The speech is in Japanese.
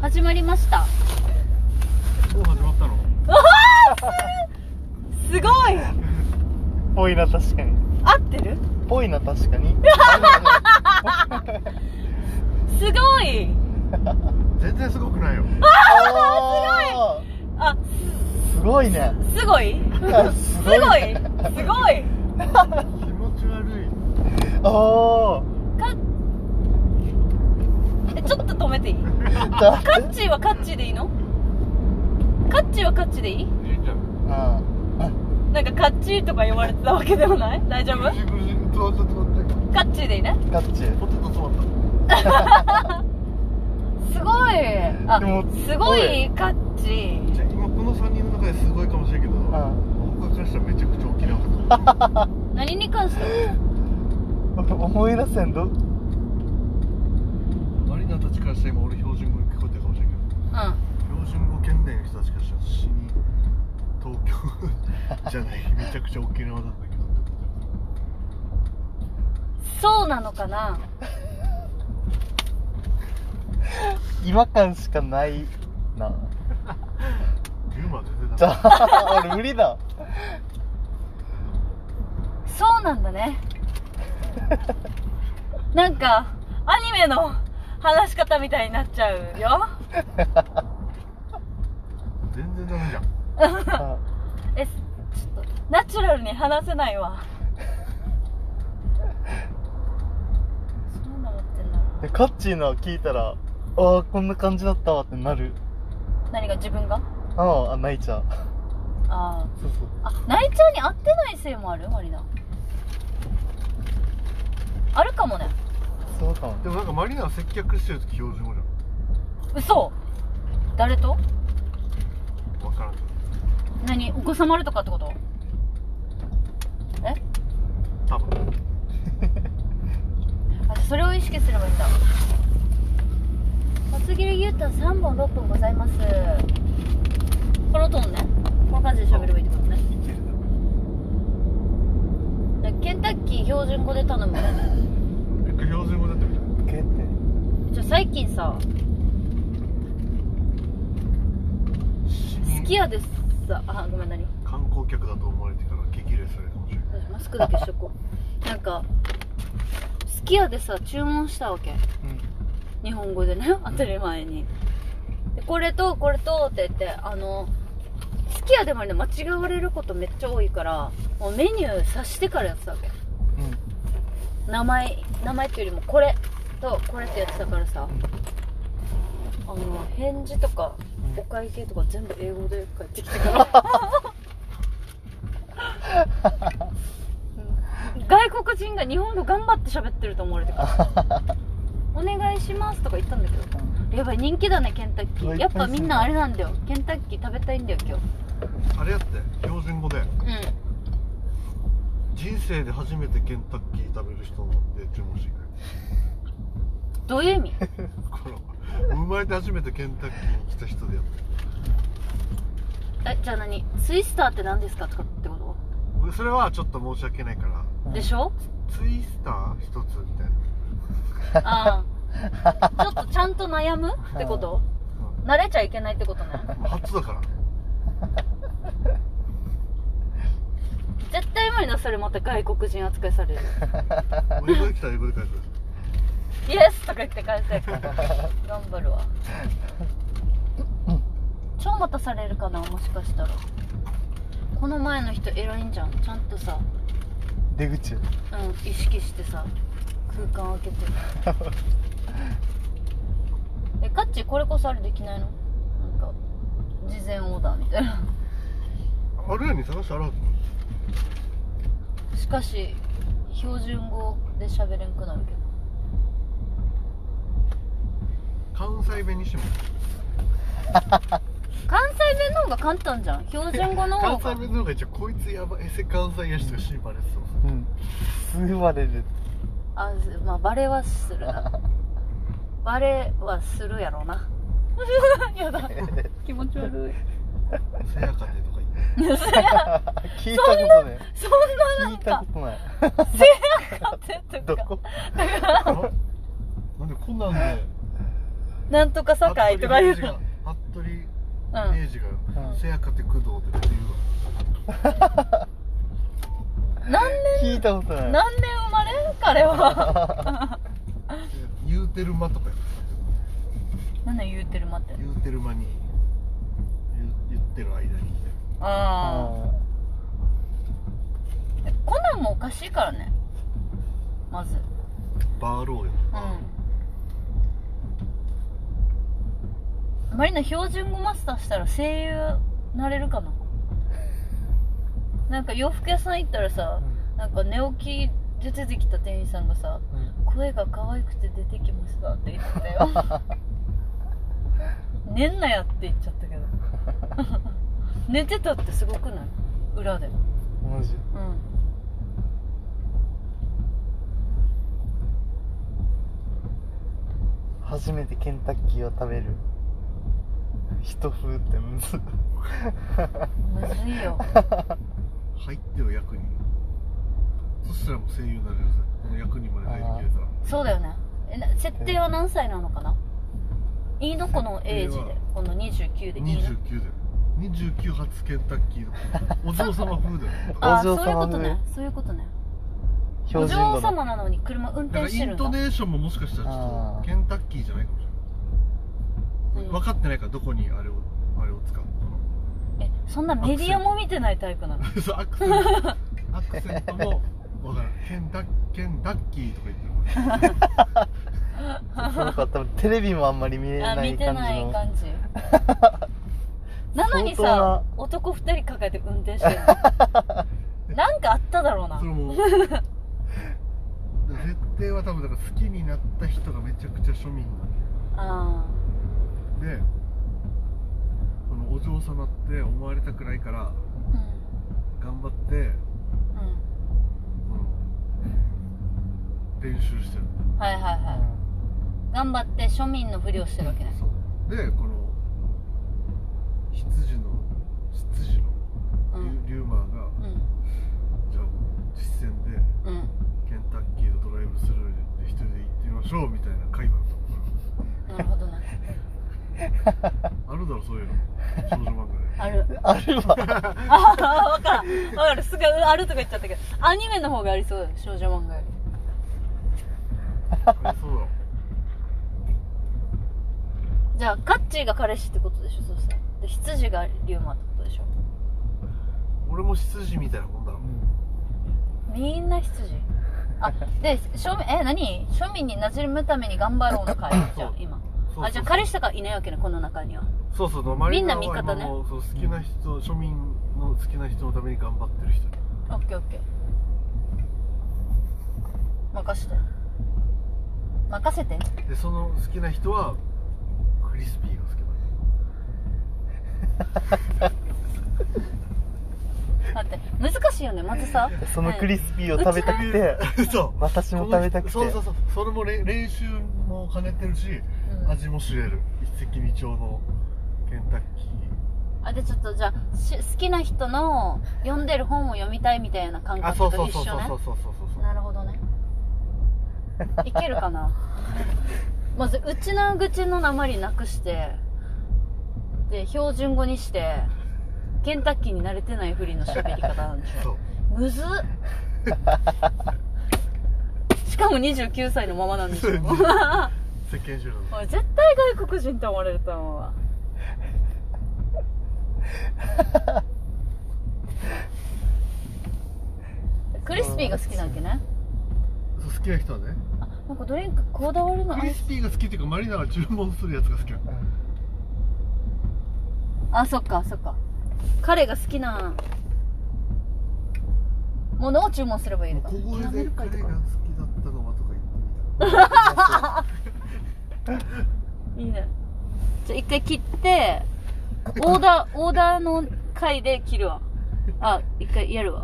始まりましたもう始まったのすごいぽいな確かに合って るぽいな確 かにすごい全然すごくない よああーすごいねすごいすごいすごいすごい気持ち悪いおーかえちょっと止めていいだカッチーはカッチーでいいのカッチーはカッチーでいいいいじゃんうんなんかカッチーとか呼ばれてたわけでもない大丈夫ブリブリ止まった止まったカッチーでいいねガッチポテト止まったすごいあでもすごいカッチーじゃあ今この3人の中ですごいかもしれんけど、僕からしたらめちゃくちゃ大きな男何に関して思い出せんどマリナたちからしたら今俺標準語に聞こえてるかもしれんけうんど標準語圏内の人たちからしたら死に 東京じゃないめちゃくちゃ大きな男だけどそうなのかな違和感しかないなユーマ全然じダゃメあ 俺無理だそうなんだねなんかアニメの話し方みたいになっちゃうよ全然ダメじゃんあえちょっとナチュラルに話せないわそうなのってんだろでカッチーの聞いたらああこんな感じだったわってなるう何が自分がうんあ泣いちゃうあそうそうああナイちゃんに合ってないせいもあるマリナあるかもねそうかもでもなんかマリナは接客してる時標準語じ嘘誰とゃんわからんけど何お子様あるとかってことえ多分あそれを意識すればいいんだ厚切り牛タン3本6本ございますこのトーンねこの感じで喋ればいいってことねいけるだでろケンタッキー標準語で 頼む一回標準語だってみたいゲってじゃあ最近さすき家でさあごめん何観光客だと思われてから激励されるかもしれないマスクだけしとこうなんかすき家でさ注文したわけ日本語でね当たり前にでこれとこれとって言ってあのすき家でもね間違われることめっちゃ多いからもうメニュー察してからやってたわけうんうん名前名前っていうよりもこれとこれってやってたからさあの返事とかうんお会計とか全部英語で返ってきた からうん外国人が日本語頑張って喋ってると思われてから「お願いします」とか言ったんだけどやばい人気だねケンタッキうわーいっやぱいっぱみんなあれなんだよケンタッキー食べたいんだよ今日あれやって標準語でう人生で初めてケンタッキー食べる人ので注文してくんれどういう意味この生まれて初めてケンタッキーに来た人でやってえじゃあ何ツイスターって何ですかとかってこるそれはちょっと申し訳ないからうとんでしょツイスター一つみたいなああちょっとちゃんと悩むってこと慣れちゃいけないってことね もう初だから絶対無理だそれまた外国人扱いされるもう英語で来たら英語で返すイエスとか言って返せ頑張るわ超待たされるかなもしかしたらこの前の人偉いんじゃんちゃんとさ出口うん意識してさ空間開けてるえカッチこれこそあれできないのなんか事前オーダーみたいなあれやに探してあるはずしかし標準語で喋れんくなるけど関西弁にしても関西弁の方が簡単じゃん標準語の方関が西弁の方が一応こいつやばいエセ関西やしとかシーバレッソうんすぐバレ るあずまあバレはする なバレはするやろなやだ気持ち悪いせやかてとか言って聞いたことないそんなな聞んいたかことない勝手とどかこ あなんでこんなんでなんとか堺とか言う服部平う次がん明治がうよんせやかて工藤ってっていうわ何聞いたこと年何ない年生まれ彼は 言うてる間とかやって何だ言うてる待ってた言うてる間に言う言ってる間にあああコナンもおかしいからねまずバーローようんマリナ標準語マスターしたら声優なれるかななんか洋服屋さん行ったらーさう、んなんか寝起きで出てきた店員さんがさうん「声が可愛くて出てきました」って言ってたよ 「寝んなや」って言っちゃったけ ど寝てたってすごくない裏でマジうん初めてケンタッキーを食べる人風ってむずむずいよ入ってよ役にそしたらもう声優になれるぜこの役にまで入りきれたらそうだよねえな設定は何歳なのかな、いいのこのエイジ設定ではこの29でいいの29だよ29発ケンタッキーのお嬢様風だよ ああおそう嬢いうこ様とでねそういうことねお標準嬢語の様なのに車運だから転しイてるンんだトネーションももしかしたらちょっあとーケンタッキーじゃないかもしれないうん分かってないからどこにあれをあれを使うのえそんなメディアも見てないタイプなのかなそうアクセ ントアクセントも分からんケンタッケンダッキーとか言ってるからそうか多分テレビもあんまり見えなあい感じ見のてない感じなのにさ相男2人抱えて運転してる のなんかあっただろうなそれ も絶対は多分だから好きになった人がめちゃくちゃ庶民なんあでこのお嬢様って思われたくないからあうん頑張ってうその練習してるんはいはいはうい頑張って庶民のふりをしてるわけねそうでこの執事の執事うのんリュリューマーがうんじゃあもう実践でうんケンタッキーのドライブスルーで一人で行ってみましょうみたいな会話だったなるのかほどねなあるだろそういうの少女漫あ画でるんあるわああ分からん分かるすぐあるとか言っちゃったけどアニメの方がありそうだよ少女漫画よりありそうだろじゃあカッチーが彼氏ってことでしょそうしたらで羊がリュウマってことでしょ俺も執事みたいなもんだろみんな羊あで庶民え何庶民に馴染むために頑張ろうの会じゃあ今そうそうそうあじゃあ彼氏とかいないわけねこの中にはそうそうそうマリナはみんな味方ね今もうそう好きな人、庶民の好きな人のために頑張ってる人オッケーオッケー任せて任せてでその好きな人はクリスピーが好きだ待って難しいよねまずさそのクリススピーを食べたくてそう私も食べたくてそうそうそうそれもれ練習も兼ねてるし、味も知れる一石二鳥のケンタッキあでちょっとじゃあし好きな人の読んでる本を読みたいみたいな感ーあ覚そうとそう一そうそう緒そねうそうそうそうなるほどねいけるか なまずうちの口のなまりなくしてで標準語にしてケンタッキーに慣れてないふりの喋り方なんでしそょうむ ずっしかも29歳のままなんでしょ 世間知らずおい絶対外国人と思われると思うわ クリスピーが好きなわけねそう好きな人はねあなんかドリンクこだわるのクリスピーが好きっていうかマリナが注文するやつが好きなのあそっかそっか彼が好きなものを注文すればいいのか小声で彼が好きだったのはとか言ってみたいいねじゃあ一回切 ってオーダーオーダーの回で切るわあ一回やるわ